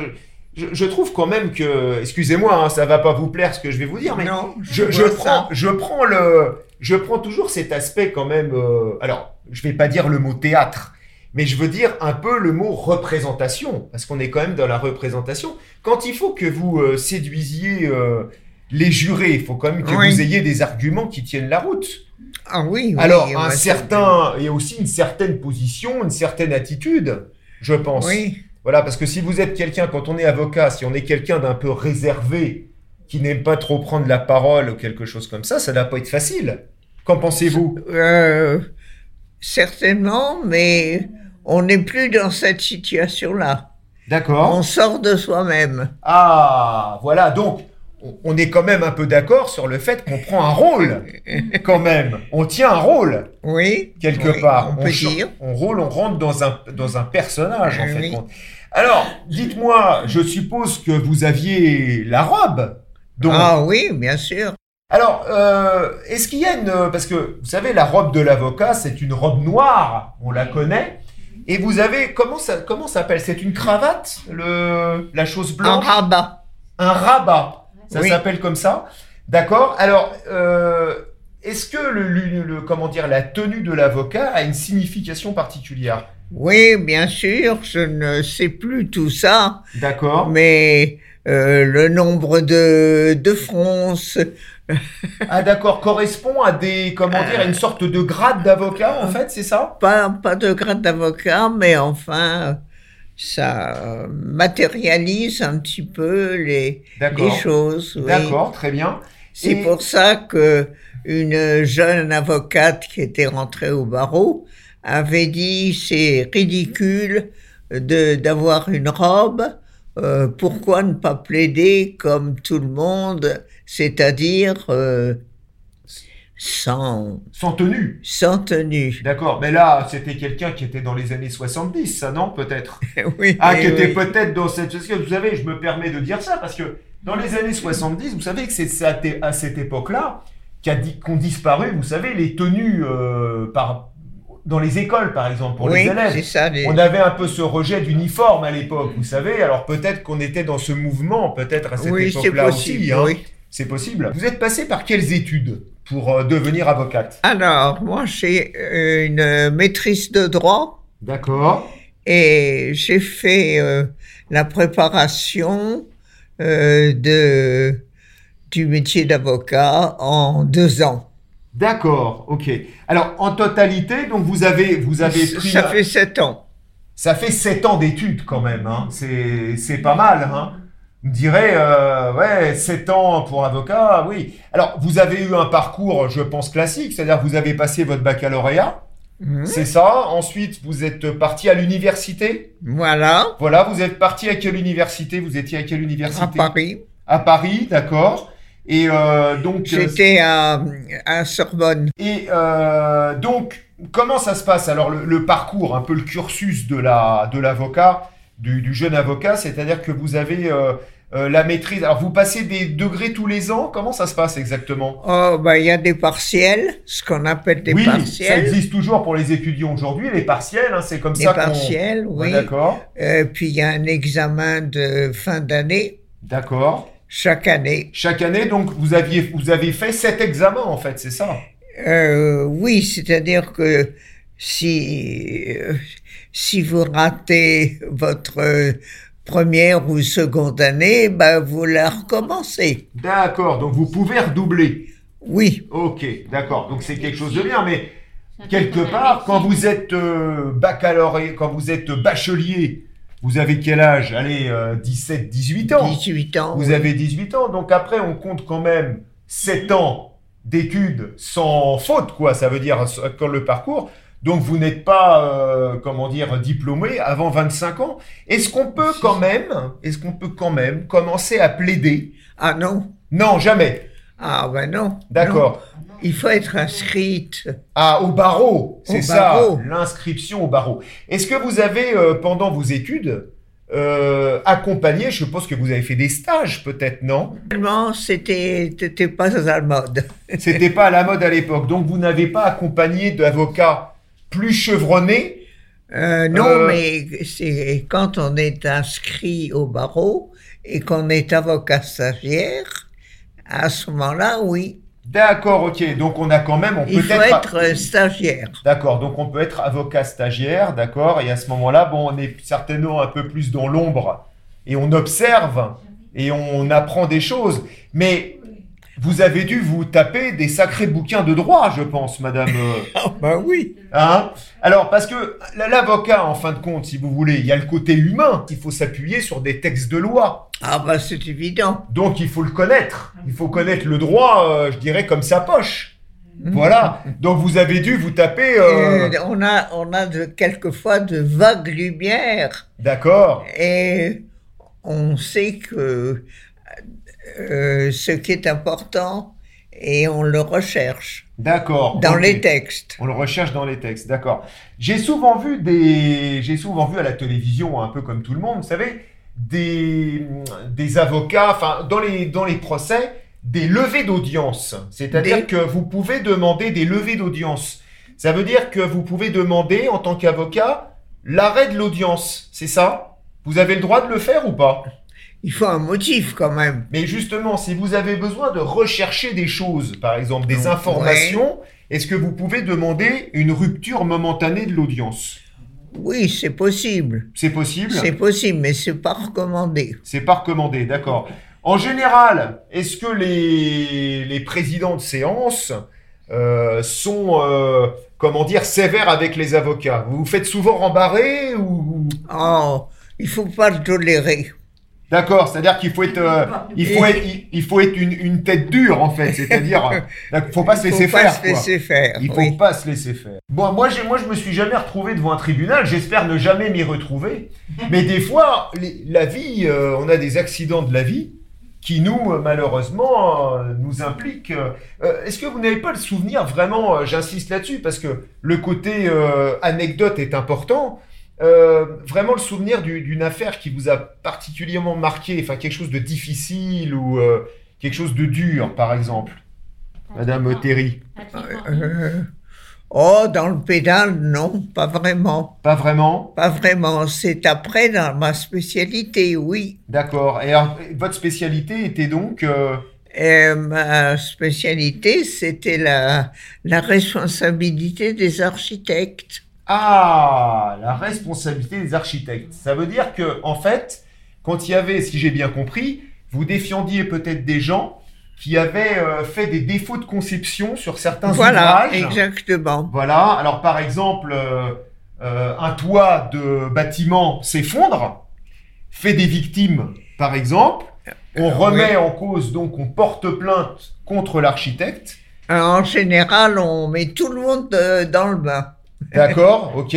B: je, je trouve quand même que... Excusez-moi, hein, ça va pas vous plaire ce que je vais vous dire, mais
C: non,
B: je, je
C: vois ça.
B: prends, je prends le, je prends toujours cet aspect quand même. euh, alors, je vais pas dire le mot théâtre, mais je veux dire un peu le mot représentation, parce qu'on est quand même dans la représentation. Quand il faut que vous euh, séduisiez euh, les jurés, il faut quand même que
C: Oui.
B: vous ayez des arguments qui tiennent la route.
C: Ah oui, oui,
B: alors,
C: moi,
B: un
C: ça-
B: certain et aussi une certaine position, une certaine attitude, je pense.
C: Oui,
B: Voilà, parce que si vous êtes quelqu'un, quand on est avocat, si on est quelqu'un d'un peu réservé, qui n'aime pas trop prendre la parole ou quelque chose comme ça, ça n'a pas être facile. Qu'en pensez-vous
C: euh, certainement, mais on n'est plus dans cette situation-là.
B: D'accord.
C: On sort de soi-même.
B: Ah, voilà, donc on- on est quand même un peu d'accord sur le fait qu'on prend un rôle, quand même. On tient un rôle,
C: Oui.
B: quelque
C: oui,
B: part.
C: On peut
B: cha-
C: dire.
B: On rôle, on rentre dans un, dans un personnage, en
C: Euh,
B: fait.
C: oui.
B: compte. Alors, dites-moi, je suppose que vous aviez la robe. Donc,
C: Ah oui, bien sûr.
B: Alors, euh, est-ce qu'il y a une... Parce que, vous savez, la robe de l'avocat, c'est une robe noire, on la connaît. Et vous avez... Comment ça comment ça s'appelle C'est une cravate, le, la chose
C: En
B: blanche
C: rabat.
B: Un rabat. Ça
C: Oui.
B: s'appelle comme ça. D'accord. Alors, euh, est-ce que le, le- le- comment dire, la tenue de l'avocat a une signification particulière
C: Oui, bien sûr. Je ne sais plus tout ça,
B: D'accord.
C: mais euh, le nombre de de fronces.
B: Ah d'accord, correspond à des... Comment dire, à une sorte de grade d'avocat,
C: Euh,
B: en fait, c'est ça
C: pas, pas de grade d'avocat, mais enfin, ça euh, matérialise un petit peu les, les
B: D'accord.
C: choses. oui.
B: D'accord, très bien.
C: C'est
B: Et-
C: pour ça que une jeune avocate qui était rentrée au barreau avait dit c'est ridicule de d'avoir une robe. euh, pourquoi ne pas plaider comme tout le monde, c'est-à-dire euh, sans
B: Sans tenue
C: sans tenue.
B: D'accord, mais là, c'était quelqu'un qui était dans les années 70, ça non, peut-être
C: oui,
B: Ah,
C: oui,
B: qui était
C: Eh oui.
B: peut-être dans cette... parce que Vous savez, je me permets de dire ça, parce que dans les années 70, vous savez que c'est c'est à, té- à cette époque-là qu'ont qu'ont disparu, vous savez, les tenues euh, par... dans les écoles, par exemple, pour les
C: oui,
B: élèves.
C: c'est ça. les-
B: On avait un peu ce rejet d'uniforme à l'époque, vous savez, alors peut-être qu'on était dans ce mouvement, peut-être à cette
C: oui, c'est
B: époque-là
C: possible.
B: aussi. hein.
C: oui.
B: C'est possible. Vous êtes passé par quelles études pour euh, devenir avocate
C: Alors, moi, j'ai euh, une maîtrise de droit
B: D'accord.
C: et j'ai fait euh, la préparation euh, de, du métier d'avocat en deux ans.
B: D'accord, ok. Alors, en totalité, donc vous avez, vous avez pris...
C: Ça
B: la-
C: fait sept ans.
B: Ça fait 7 ans d'études quand même, hein. c'est c'est pas mal. Hein. Je dirais, euh, ouais, 7 ans pour avocat, oui. Alors, vous avez eu un parcours, je pense, classique, c'est-à-dire que vous avez passé votre baccalauréat,
C: Mhm.
B: c'est ça. Ensuite, vous êtes parti à l'université.
C: Voilà,
B: Voilà, vous êtes parti à quelle université Vous étiez à quelle université
C: à Paris.
B: À Paris, d'accord. Et euh, donc, euh,
C: J'étais à, à Sorbonne.
B: Et euh, donc, comment ça se passe Alors, le, le parcours, un peu le cursus de la de l'avocat, du, du jeune avocat, c'est-à-dire que vous avez euh, euh, la maîtrise. Alors, vous passez des degrés tous les ans. Comment ça se passe exactement
C: Oh, bah, il y a des partiels, ce qu'on appelle des
B: Oui, ça
C: partiels.
B: existe toujours pour les étudiants aujourd'hui. Les partiels, hein, c'est comme
C: Des
B: ça qu'on.
C: partiels,
B: Ouais,
C: oui.
B: d'accord,
C: Euh, puis il y a un examen de fin d'année
B: d'accord.
C: chaque année.
B: Chaque année, donc, vous aviez vous avez fait sept examens en fait, c'est ça
C: Euh, oui, c'est-à-dire que si, euh, si vous ratez votre euh, première ou seconde année, ben vous la recommencez.
B: D'accord. Donc, vous pouvez redoubler.
C: Oui,
B: Ok, d'accord. Donc c'est quelque chose de bien, mais
D: Ah,
B: Euh, quelque part, quand vous êtes euh, baccalauréat, quand vous êtes bachelier, vous avez quel âge Allez, euh, 17, 18 ans.
C: 18 ans.
B: Vous
C: oui.
B: avez 18 ans, donc après, on compte quand même 7 ans d'études sans faute, quoi. Ça veut dire euh, quand le parcours. Donc vous n'êtes pas, euh, comment dire, diplômé avant 25 ans. Est-ce qu'on peut quand même, est-ce qu'on peut quand même commencer à plaider
C: Ah non,
B: Non, jamais.
C: ah ben non.
B: D'accord.
C: non. Il faut être inscrite.
B: Ah, au barreau, c'est
C: Au
B: ça,
C: barreau.
B: l'inscription au barreau. Est-ce que vous avez, euh, pendant vos études, euh, accompagné, je suppose que vous avez fait des stages peut-être, non
C: Allemand, c'était c'était pas à la mode.
B: C'était pas à la mode à l'époque, donc vous n'avez pas accompagné d'avocats plus chevronnés
C: Euh, non,
B: Euh.
C: mais c'est quand on est inscrit au barreau et qu'on est avocat stagiaire, à ce moment-là, oui,
B: D'accord, ok, donc on a quand même, on peut
C: il faut
B: être...
C: être euh, stagiaire.
B: D'accord, donc on peut être avocat stagiaire, d'accord, et à ce moment-là, bon, on est certainement un peu plus dans l'ombre, et on observe, et on apprend des choses, mais vous avez dû vous taper des sacrés bouquins de droit, je pense, madame. euh,
C: Ah bah oui.
B: Hein Alors, parce que l- l'avocat, en fin de compte, si vous voulez, il y a le côté humain, il faut s'appuyer sur des textes de loi,
C: Ah bah c'est évident.
B: donc il faut le connaître, il faut connaître le droit, euh, je dirais, comme sa poche. Voilà, donc vous avez dû vous taper... euh,
C: Euh, on a on a de, quelquefois de vagues lumières
B: D'accord
C: et on sait que euh, ce qui est important et on le recherche
B: D'accord.
C: dans
B: ok.
C: les textes.
B: On le recherche dans les textes, d'accord. J'ai souvent vu des, j'ai souvent vu à la télévision, un peu comme tout le monde, vous savez, des, des avocats, enfin dans les dans les procès, des levées d'audience. C'est-à-dire
C: Des-
B: que vous pouvez demander des levées d'audience. Ça veut dire que vous pouvez demander en tant qu'avocat l'arrêt de l'audience. C'est ça Vous avez le droit de le faire ou pas
C: Il faut un motif quand même.
B: mais justement, si vous avez besoin de rechercher des choses, par exemple des
C: Ouais.
B: informations, est-ce que vous pouvez demander une rupture momentanée de l'audience
C: Oui, c'est possible.
B: C'est possible
C: C'est possible, mais c'est pas recommandé.
B: C'est pas recommandé, d'accord. En général, est-ce que les, les présidents de séance euh, sont, euh, comment dire, sévères avec les avocats Vous vous faites souvent rembarrer ou...
C: Oh, il faut pas le tolérer.
B: D'accord, c'est-à-dire qu'il faut être, euh, il faut être, il, il faut être une, une tête dure en fait, c'est-à-dire, euh, faut pas se
C: Il faut
B: laisser
C: pas
B: faire.
C: se
B: quoi.
C: laisser faire.
B: Il faut
C: oui.
B: pas se laisser faire. Bon, moi, j'ai, moi, je me suis jamais retrouvé devant un tribunal. J'espère ne jamais m'y retrouver. Mais des fois, les- la vie, euh, on a des accidents de la vie qui nous, euh, malheureusement, euh, nous impliquent. euh, euh, est-ce que vous n'avez pas le souvenir vraiment euh, J'insiste là-dessus parce que le côté euh, anecdote est important. euh, vraiment le souvenir du- d'une affaire qui vous a particulièrement marqué, enfin quelque chose de difficile ou euh, quelque chose de dur, par exemple, Madame Terry.
C: Euh, oh, dans le pédale, non, pas vraiment.
B: Pas vraiment.
C: Pas vraiment. C'est après dans ma spécialité, oui.
B: D'accord. Et alors, votre spécialité était donc euh,
C: Et ma spécialité, c'était la, la responsabilité des architectes.
B: Ah, la responsabilité des architectes. Ça veut dire que, en fait, quand il y avait, si j'ai bien compris, vous défendiez peut-être des gens qui avaient euh, fait des défauts de conception sur certains
C: voilà,
B: ouvrages.
C: exactement.
B: Voilà. Alors, par exemple, euh, euh, un toit de bâtiment s'effondre, fait des victimes, par exemple. On
C: Euh,
B: remet en cause, donc, on porte plainte contre l'architecte.
C: Alors, Euh, en général, on met tout le monde euh, dans le bain.
B: D'accord, ok.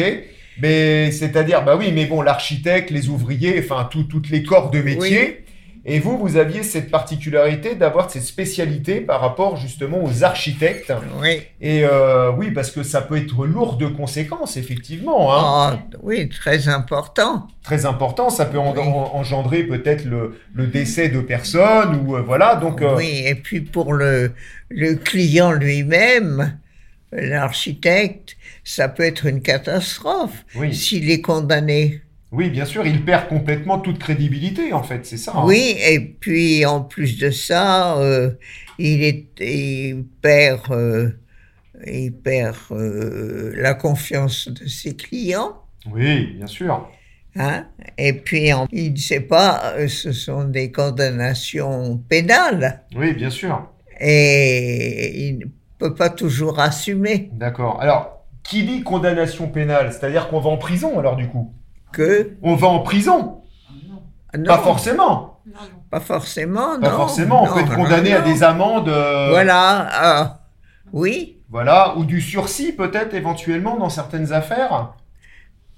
B: Mais c'est-à-dire, bah oui, mais bon, l'architecte, les ouvriers, enfin, tout, toutes les corps de métier. Et vous, vous aviez cette particularité d'avoir cette spécialité par rapport justement aux architectes.
C: Oui.
B: Et euh, oui, parce que ça peut être lourd de conséquences, effectivement. Hein.
C: Ah, oui, très important.
B: Très important, ça peut en-
C: Oui.
B: en- engendrer peut-être le, le décès de personnes ou euh, voilà. Donc, euh,
C: Oui, et puis pour le, le client lui-même, l'architecte, ça peut être une catastrophe
B: oui.
C: s'il est condamné.
B: oui, bien sûr, il perd complètement toute crédibilité, en fait, c'est ça. hein.
C: Oui, et puis en plus de ça, euh, il, est, il perd, euh, il perd euh, la confiance de ses clients.
B: Oui, bien sûr.
C: Hein? Et puis, en- il ne sait pas, euh, ce sont des condamnations pénales
B: Oui, bien sûr.
C: et il ne peut pas toujours assumer
B: D'accord. Alors, qui dit condamnation pénale C'est-à-dire qu'on va en prison, alors, du coup
C: que.
B: On va en prison
C: Non,
B: Pas forcément.
D: Non, non.
C: pas forcément.
B: Pas
C: non,
B: forcément. On
C: non,
B: peut être
C: non,
B: condamné à
C: non.
B: des amendes. euh,
C: Voilà, ah, oui,
B: Voilà. Ou du sursis, peut-être, éventuellement, dans certaines affaires.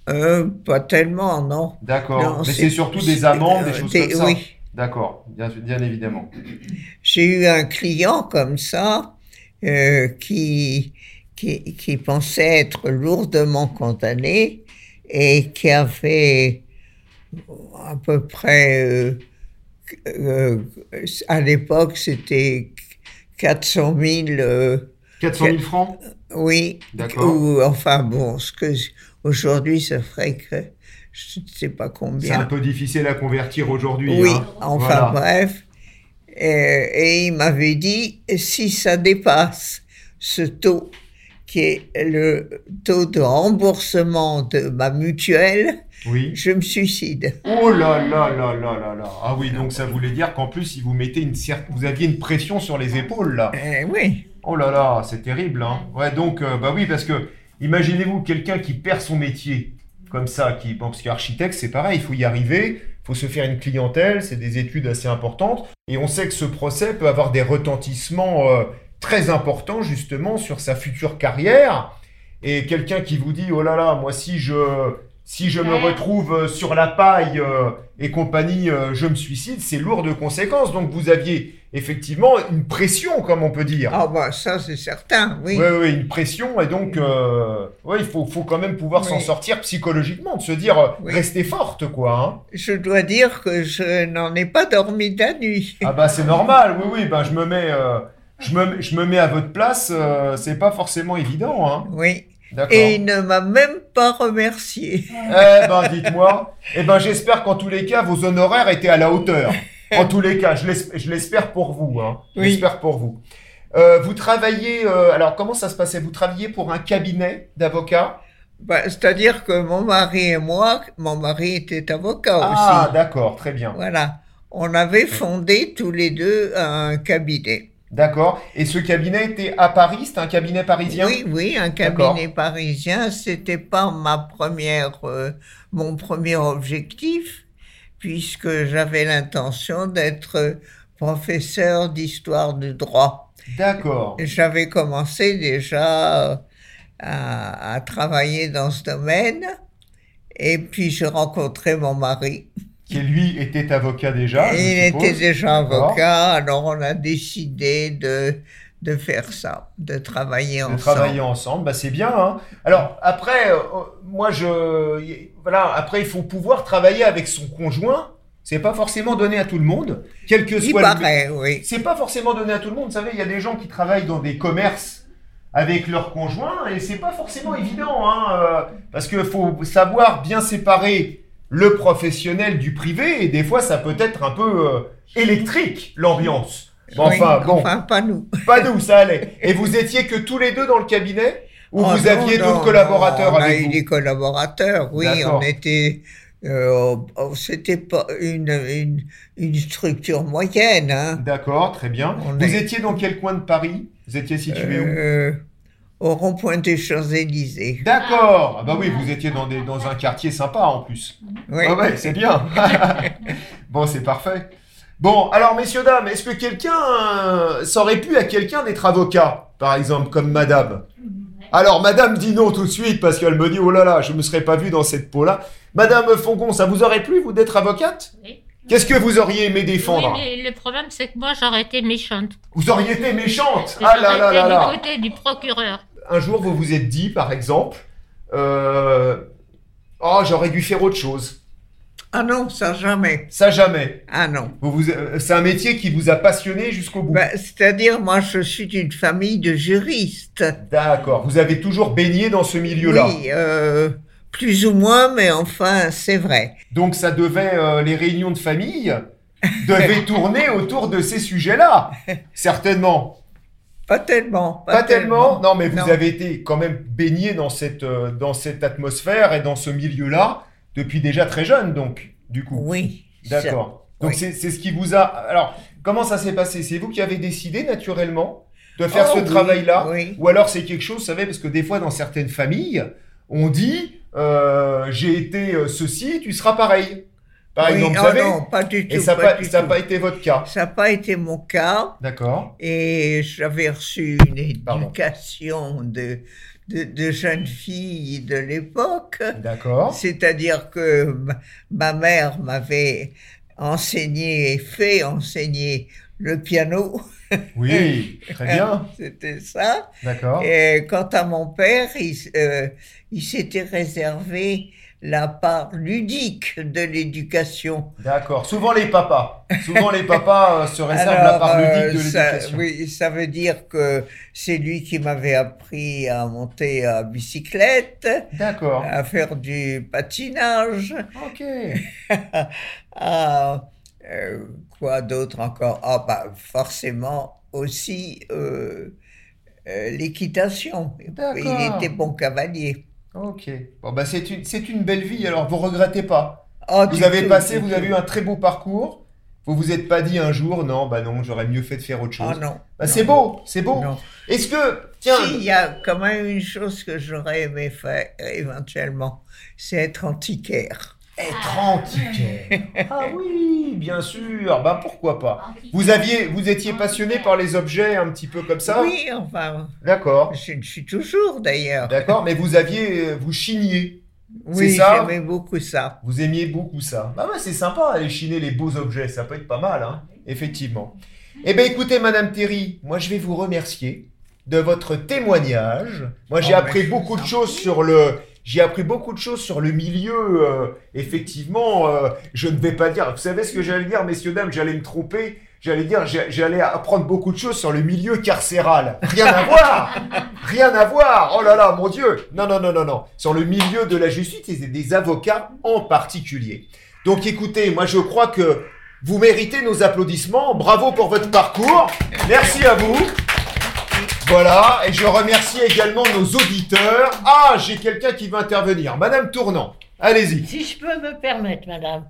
C: euh, pas tellement, non. Non,
B: D'accord. Mais c'est surtout des
C: c'est-
B: amendes, des
C: euh,
B: choses
C: des-
B: comme ça.
C: Oui.
B: D'accord. Bien, bien évidemment.
C: J'ai eu un client comme ça euh, qui, qui, qui pensait être lourdement condamné et qui avait à peu près, euh, euh, à l'époque c'était 400 000, euh,
B: 400 000 francs
C: oui,
B: D'accord.
C: ou enfin bon, ce que j- aujourd'hui ça ferait que je ne sais pas
B: C'est
C: combien.
B: un peu difficile à convertir aujourd'hui.
C: Oui,
B: hein.
C: enfin
B: Voilà.
C: bref. Et, et il m'avait dit, si ça dépasse ce taux, qui est le taux de remboursement de ma mutuelle,
B: Oui.
C: je me suicide.
B: Oh là là là là là là. Ah oui, donc ça voulait dire qu'en plus, si vous mettez une cer- vous aviez une pression sur les épaules là.
C: Eh oui,
B: Oh là là, c'est terrible. Hein. Ouais, donc, euh, bah oui, parce que imaginez-vous quelqu'un qui perd son métier comme ça, qui, bon, parce qu'architecte, c'est pareil, il faut y arriver, il faut se faire une clientèle, c'est des études assez importantes, et on sait que ce procès peut avoir des retentissements euh, très importants justement sur sa future carrière. Et quelqu'un qui vous dit, oh là là, moi si je si je me
D: Ouais.
B: retrouve euh, sur la paille euh, et compagnie, euh, je me suicide, c'est lourd de conséquences. Donc vous aviez effectivement une pression, comme on peut dire.
C: ah bah ça c'est certain, oui.
B: Oui, oui, une pression, et donc, euh, ouais, il faut, faut quand même pouvoir s'en
C: Oui.
B: sortir psychologiquement, de se dire, euh,
C: Oui.
B: restez forte, quoi. hein.
C: Je dois dire que je n'en ai pas dormi de la nuit.
B: hein. Ah bah c'est normal, oui, oui, bah, je me mets... euh, je me, je me mets à votre place, euh, c'est pas forcément évident, hein.
C: Oui.
B: D'accord.
C: Et il ne m'a même pas remercié.
B: Eh ben, dites-moi. Eh ben, j'espère qu'en tous les cas, vos honoraires étaient à la hauteur. En tous les cas, je l'es- je l'espère pour vous, hein.
C: Oui.
B: J'espère pour vous. Euh, vous travaillez, euh, alors comment ça se passait Vous travailliez pour un cabinet d'avocats
C: Bah, C'est-à-dire que mon mari et moi, mon mari était avocat aussi.
B: Ah, d'accord, très bien.
C: Voilà. On avait fondé tous les deux un cabinet.
B: D'accord. Et ce cabinet était à Paris, c'était un cabinet parisien
C: Oui, oui, un
B: D'accord.
C: cabinet parisien. C'était pas ma première, euh, mon premier objectif, puisque j'avais l'intention d'être euh, professeur d'histoire du droit.
B: D'accord.
C: J'avais commencé déjà euh, à, à travailler dans ce domaine, et puis j'ai rencontré mon mari.
B: Qui lui était avocat déjà. Ah, je
C: Et il
B: suppose. Ah.
C: était déjà
B: D'accord.
C: avocat, alors on a décidé de, de faire ça, de travailler
B: de
C: ensemble.
B: travailler ensemble, bah, c'est bien. hein. Alors après, euh, moi je, y- voilà, après il faut pouvoir travailler avec son conjoint. C'est pas forcément donné à tout le monde, quel que
C: Il
B: soit. le-
C: paraît, oui.
B: C'est pas forcément donné à tout le monde. Vous savez, il y a des gens qui travaillent dans des commerces avec leur conjoint et c'est pas forcément évident, hein, euh, parce que faut savoir bien séparer le professionnel du privé et des fois ça peut être un peu euh, électrique l'ambiance. Bon, enfin,
C: Oui,
B: bon,
C: Enfin, pas nous.
B: pas nous, ça allait. Et vous étiez que tous les deux dans le cabinet Ou
C: Oh
B: vous
C: non,
B: aviez
C: non,
B: d'autres collaborateurs
C: on a
B: avec
C: eu
B: vous
C: des collaborateurs, oui.
B: D'accord.
C: On était. euh, on- on- C'était pas une, une, une structure moyenne. Hein.
B: D'accord, très bien.
C: On
B: vous
C: est-
B: étiez dans quel coin de Paris Vous étiez situé où
C: Euh, au rond-point des Champs-Élysées.
B: D'accord Ah bah oui, vous étiez dans, des, dans un quartier sympa en plus.
C: Oui.
B: Ah ouais, c'est bien. bon, c'est parfait. Bon, alors messieurs, dames, est-ce que quelqu'un, euh, ça aurait pu à quelqu'un d'être avocat, par exemple, comme madame Alors madame dit non tout de suite parce qu'elle me dit, oh là là, je ne me serais pas vu dans cette peau-là. Madame Fongon, ça vous aurait plu, vous, d'être avocate
D: Oui.
B: Qu'est-ce que vous auriez aimé défendre
D: Oui, mais le problème, c'est que moi, j'aurais été méchante.
B: Vous auriez été méchante
D: J'aurais
B: Ah là là
D: été
B: là
D: du
B: là
D: côté du procureur.
B: Un jour, vous vous êtes dit, par exemple, euh, oh, j'aurais dû faire autre chose.
C: Ah non, ça jamais.
B: Ça, jamais.
C: Ah non.
B: Vous vous- euh, c'est un métier qui vous a passionné jusqu'au bout.
C: Bah, C'est-à-dire, moi, je suis d'une famille de juristes.
B: D'accord. Vous avez toujours baigné dans ce milieu-là.
C: Oui, euh, plus ou moins, mais enfin, c'est vrai.
B: Donc ça devait euh, les réunions de famille devaient tourner autour de ces sujets-là. Certainement.
C: Pas tellement.
B: Pas, tellement. Non, mais vous
C: Non.
B: avez été quand même baigné dans cette euh, dans cette atmosphère et dans ce milieu-là depuis déjà très jeune. Donc du coup.
C: Oui. ça-
B: D'accord. Donc
C: oui.
B: c'est c'est ce qui vous a. Alors comment ça s'est passé C'est vous qui avez décidé naturellement de faire
C: Oh,
B: ce
C: oui,
B: travail-là
C: Oui.
B: Ou alors c'est quelque chose, vous savez, parce que des fois dans certaines familles, on dit euh, j'ai été euh, ceci, tu seras pareil. Par
C: Oui,
B: exemple, vous
C: oh
B: savez,
C: non, pas du tout.
B: et ça n'a
C: pas
B: pas,
C: du
B: ça a
C: tout.
B: pas été votre cas.
C: Ça n'a pas été mon cas.
B: D'accord.
C: Et j'avais reçu une
B: Pardon.
C: éducation de, de, de jeune fille de l'époque.
B: D'accord.
C: C'est-à-dire que ma- ma mère m'avait enseigné, fait enseigner le piano.
B: Oui, très bien.
C: C'était ça.
B: D'accord.
C: Et quant à mon père, il, s- euh, il s'était réservé la part ludique de l'éducation.
B: D'accord. Souvent les papas. Souvent les papas euh, se réservent la part
C: euh,
B: ludique de
C: ça,
B: l'éducation.
C: oui, ça veut dire que c'est lui qui m'avait appris à monter à bicyclette,
B: D'accord.
C: à faire du patinage,
B: Ok.
C: à euh, quoi d'autre encore Ah bah forcément aussi euh, euh, l'équitation. Il
B: D'accord.
C: était bon cavalier.
B: Ok. Bon bah c'est une c'est une belle vie. Alors vous regrettez pas.
C: Oh,
B: Vous
C: du
B: avez
C: tout,
B: passé,
C: du
B: vous
C: tout.
B: avez eu un très beau parcours. Vous vous êtes pas dit un jour, non, bah non, j'aurais mieux fait de faire autre
C: Ah
B: chose.
C: non.
B: Bah,
C: non,
B: c'est beau, c'est beau.
C: non.
B: Est-ce que, tiens,
C: Si, il y a quand même une chose que j'aurais aimé faire éventuellement, c'est être antiquaire.
B: être antiquaire. eh, ah oui, bien sûr. Bah pourquoi pas. Vous aviez, vous étiez passionné par les objets un petit peu comme ça.
C: Oui, enfin,
B: D'accord.
C: je le suis toujours d'ailleurs.
B: D'accord, mais vous aviez, euh, vous chiniez.
C: Oui,
B: c'est ça
C: j'aimais beaucoup ça.
B: Vous aimiez beaucoup ça. Bah ouais, c'est sympa, aller chiner les beaux objets, ça peut être pas mal, hein, effectivement. Eh bien écoutez, Madame Terry, moi je vais vous remercier de votre témoignage. Moi j'ai
C: Oh,
B: appris
C: mais je
B: beaucoup
C: vous
B: de
C: en
B: choses sur le... J'ai appris beaucoup de choses sur le milieu. euh, effectivement, euh, je ne vais pas dire... Vous savez ce que j'allais dire, messieurs, dames, j'allais me tromper. J'allais dire, j'a- j'allais apprendre beaucoup de choses sur le milieu carcéral. Rien à voir Rien à voir Oh là là, mon Dieu Non, non, non, non, non. Sur le milieu de la justice et des avocats en particulier. Donc écoutez, moi je crois que vous méritez nos applaudissements. Bravo pour votre parcours. Merci à vous. Voilà, et je remercie également nos auditeurs. Ah, j'ai quelqu'un qui veut intervenir. Madame Tournant, allez-y.
G: Si je peux me permettre, madame,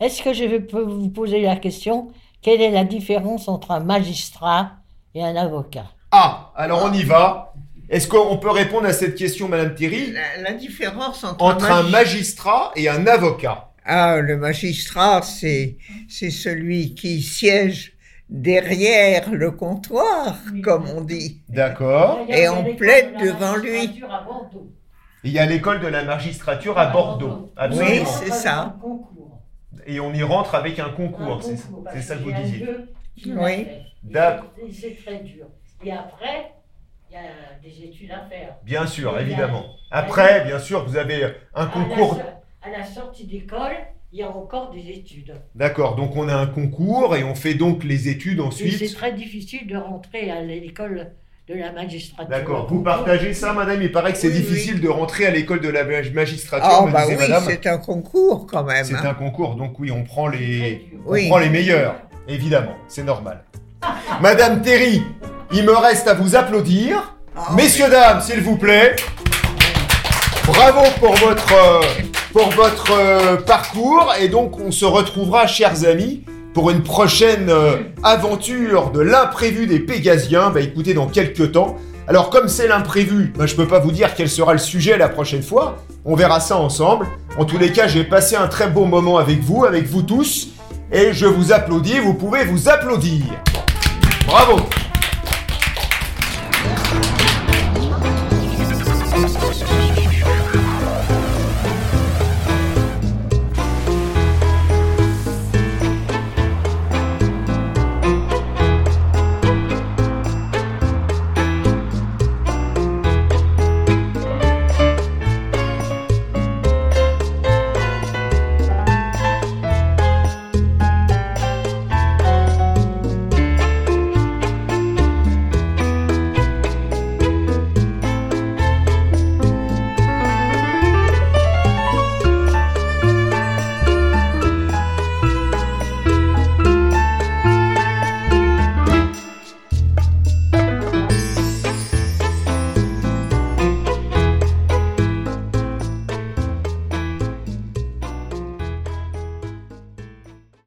G: est-ce que je vais- peux vous poser la question Quelle est la différence entre un magistrat et un avocat
B: Ah, alors on y va. Est-ce qu'on peut répondre à cette question, Madame Thierry
C: La, la différence entre,
B: Entre un
C: magi-
B: magistrat et un avocat.
C: Ah, le magistrat, c'est c'est celui qui siège derrière le comptoir, comme on dit.
B: D'accord.
C: Et on plaide devant lui.
B: Il y a l'école de la magistrature à Bordeaux. Absolument.
C: Oui, c'est ça.
B: Et on y rentre avec un concours, c'est ça, c'est ça que vous disiez.
C: Oui.
B: D'accord.
H: C'est très dur. Et après, il y a des études à faire.
B: Bien sûr, évidemment. Après, bien Ah, sûr, vous avez un concours.
H: À la, so- à la sortie d'école, il y a encore des études.
B: D'accord, donc on a un concours et on fait donc les études
H: Et c'est
B: ensuite.
H: très difficile de rentrer à l'école de la magistrature.
B: D'accord, vous partagez ça, madame Il paraît que c'est
C: Oui, oui.
B: difficile de rentrer à l'école de la mag- magistrature,
C: Ah,
B: me
C: bah
B: disait
C: oui,
B: madame.
C: c'est un concours quand même.
B: C'est
C: hein.
B: un concours, donc oui, on prend les,
C: Oui.
B: on prend les meilleurs, évidemment, c'est normal. Madame Terry, il me reste à vous applaudir.
C: Ah,
B: Messieurs, dames, s'il vous plaît. Bravo pour votre, euh, pour votre euh, parcours. Et donc, on se retrouvera, chers amis, pour une prochaine euh, aventure de l'imprévu des Pégasiens. Bah, écoutez, dans quelques temps. Alors, comme c'est l'imprévu, bah, je peux pas vous dire quel sera le sujet la prochaine fois. On verra ça ensemble. En tous les cas, j'ai passé un très bon moment avec vous, avec vous tous. Et je vous applaudis. Vous pouvez vous applaudir. Bravo.